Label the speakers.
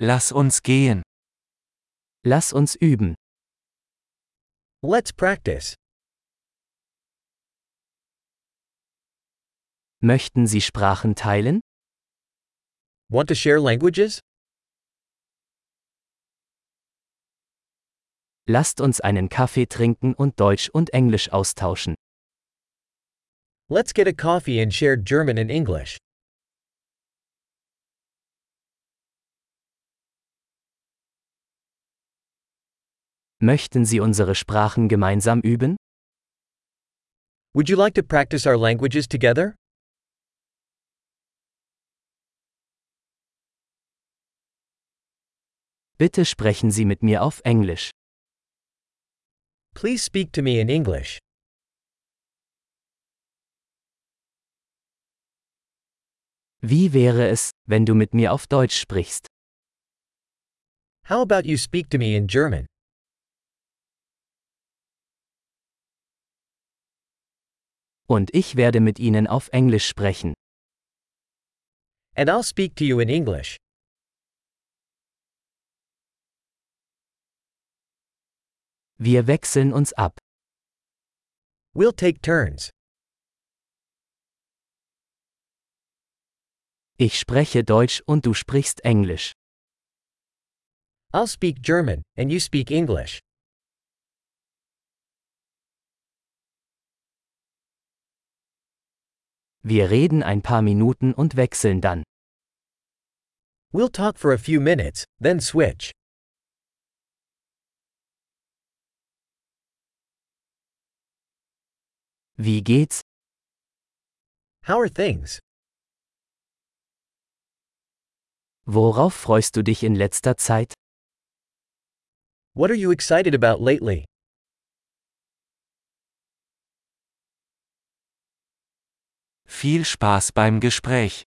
Speaker 1: Lass uns gehen.
Speaker 2: Lass uns üben.
Speaker 3: Let's practice.
Speaker 2: Möchten Sie Sprachen teilen?
Speaker 3: Want to share languages?
Speaker 2: Lasst uns einen Kaffee trinken und Deutsch und Englisch austauschen.
Speaker 3: Let's get a coffee and share German and English.
Speaker 2: Möchten Sie unsere Sprachen gemeinsam üben?
Speaker 3: Would you like to practice our languages together?
Speaker 2: Bitte sprechen Sie mit mir auf Englisch.
Speaker 3: Please speak to me in English.
Speaker 2: Wie wäre es, wenn du mit mir auf Deutsch sprichst?
Speaker 3: How about you speak to me in German?
Speaker 2: Und ich werde mit Ihnen auf Englisch sprechen.
Speaker 3: And I'll speak to you in English.
Speaker 2: Wir wechseln uns ab.
Speaker 3: We'll take turns.
Speaker 2: Ich spreche Deutsch und du sprichst Englisch.
Speaker 3: I'll speak German, and you speak English.
Speaker 2: Wir reden ein paar Minuten und wechseln dann.
Speaker 3: We'll talk for a few minutes, then switch.
Speaker 2: Wie geht's?
Speaker 3: How are things?
Speaker 2: Worauf freust du dich in letzter Zeit?
Speaker 3: What are you excited about lately?
Speaker 1: Viel Spaß beim Gespräch.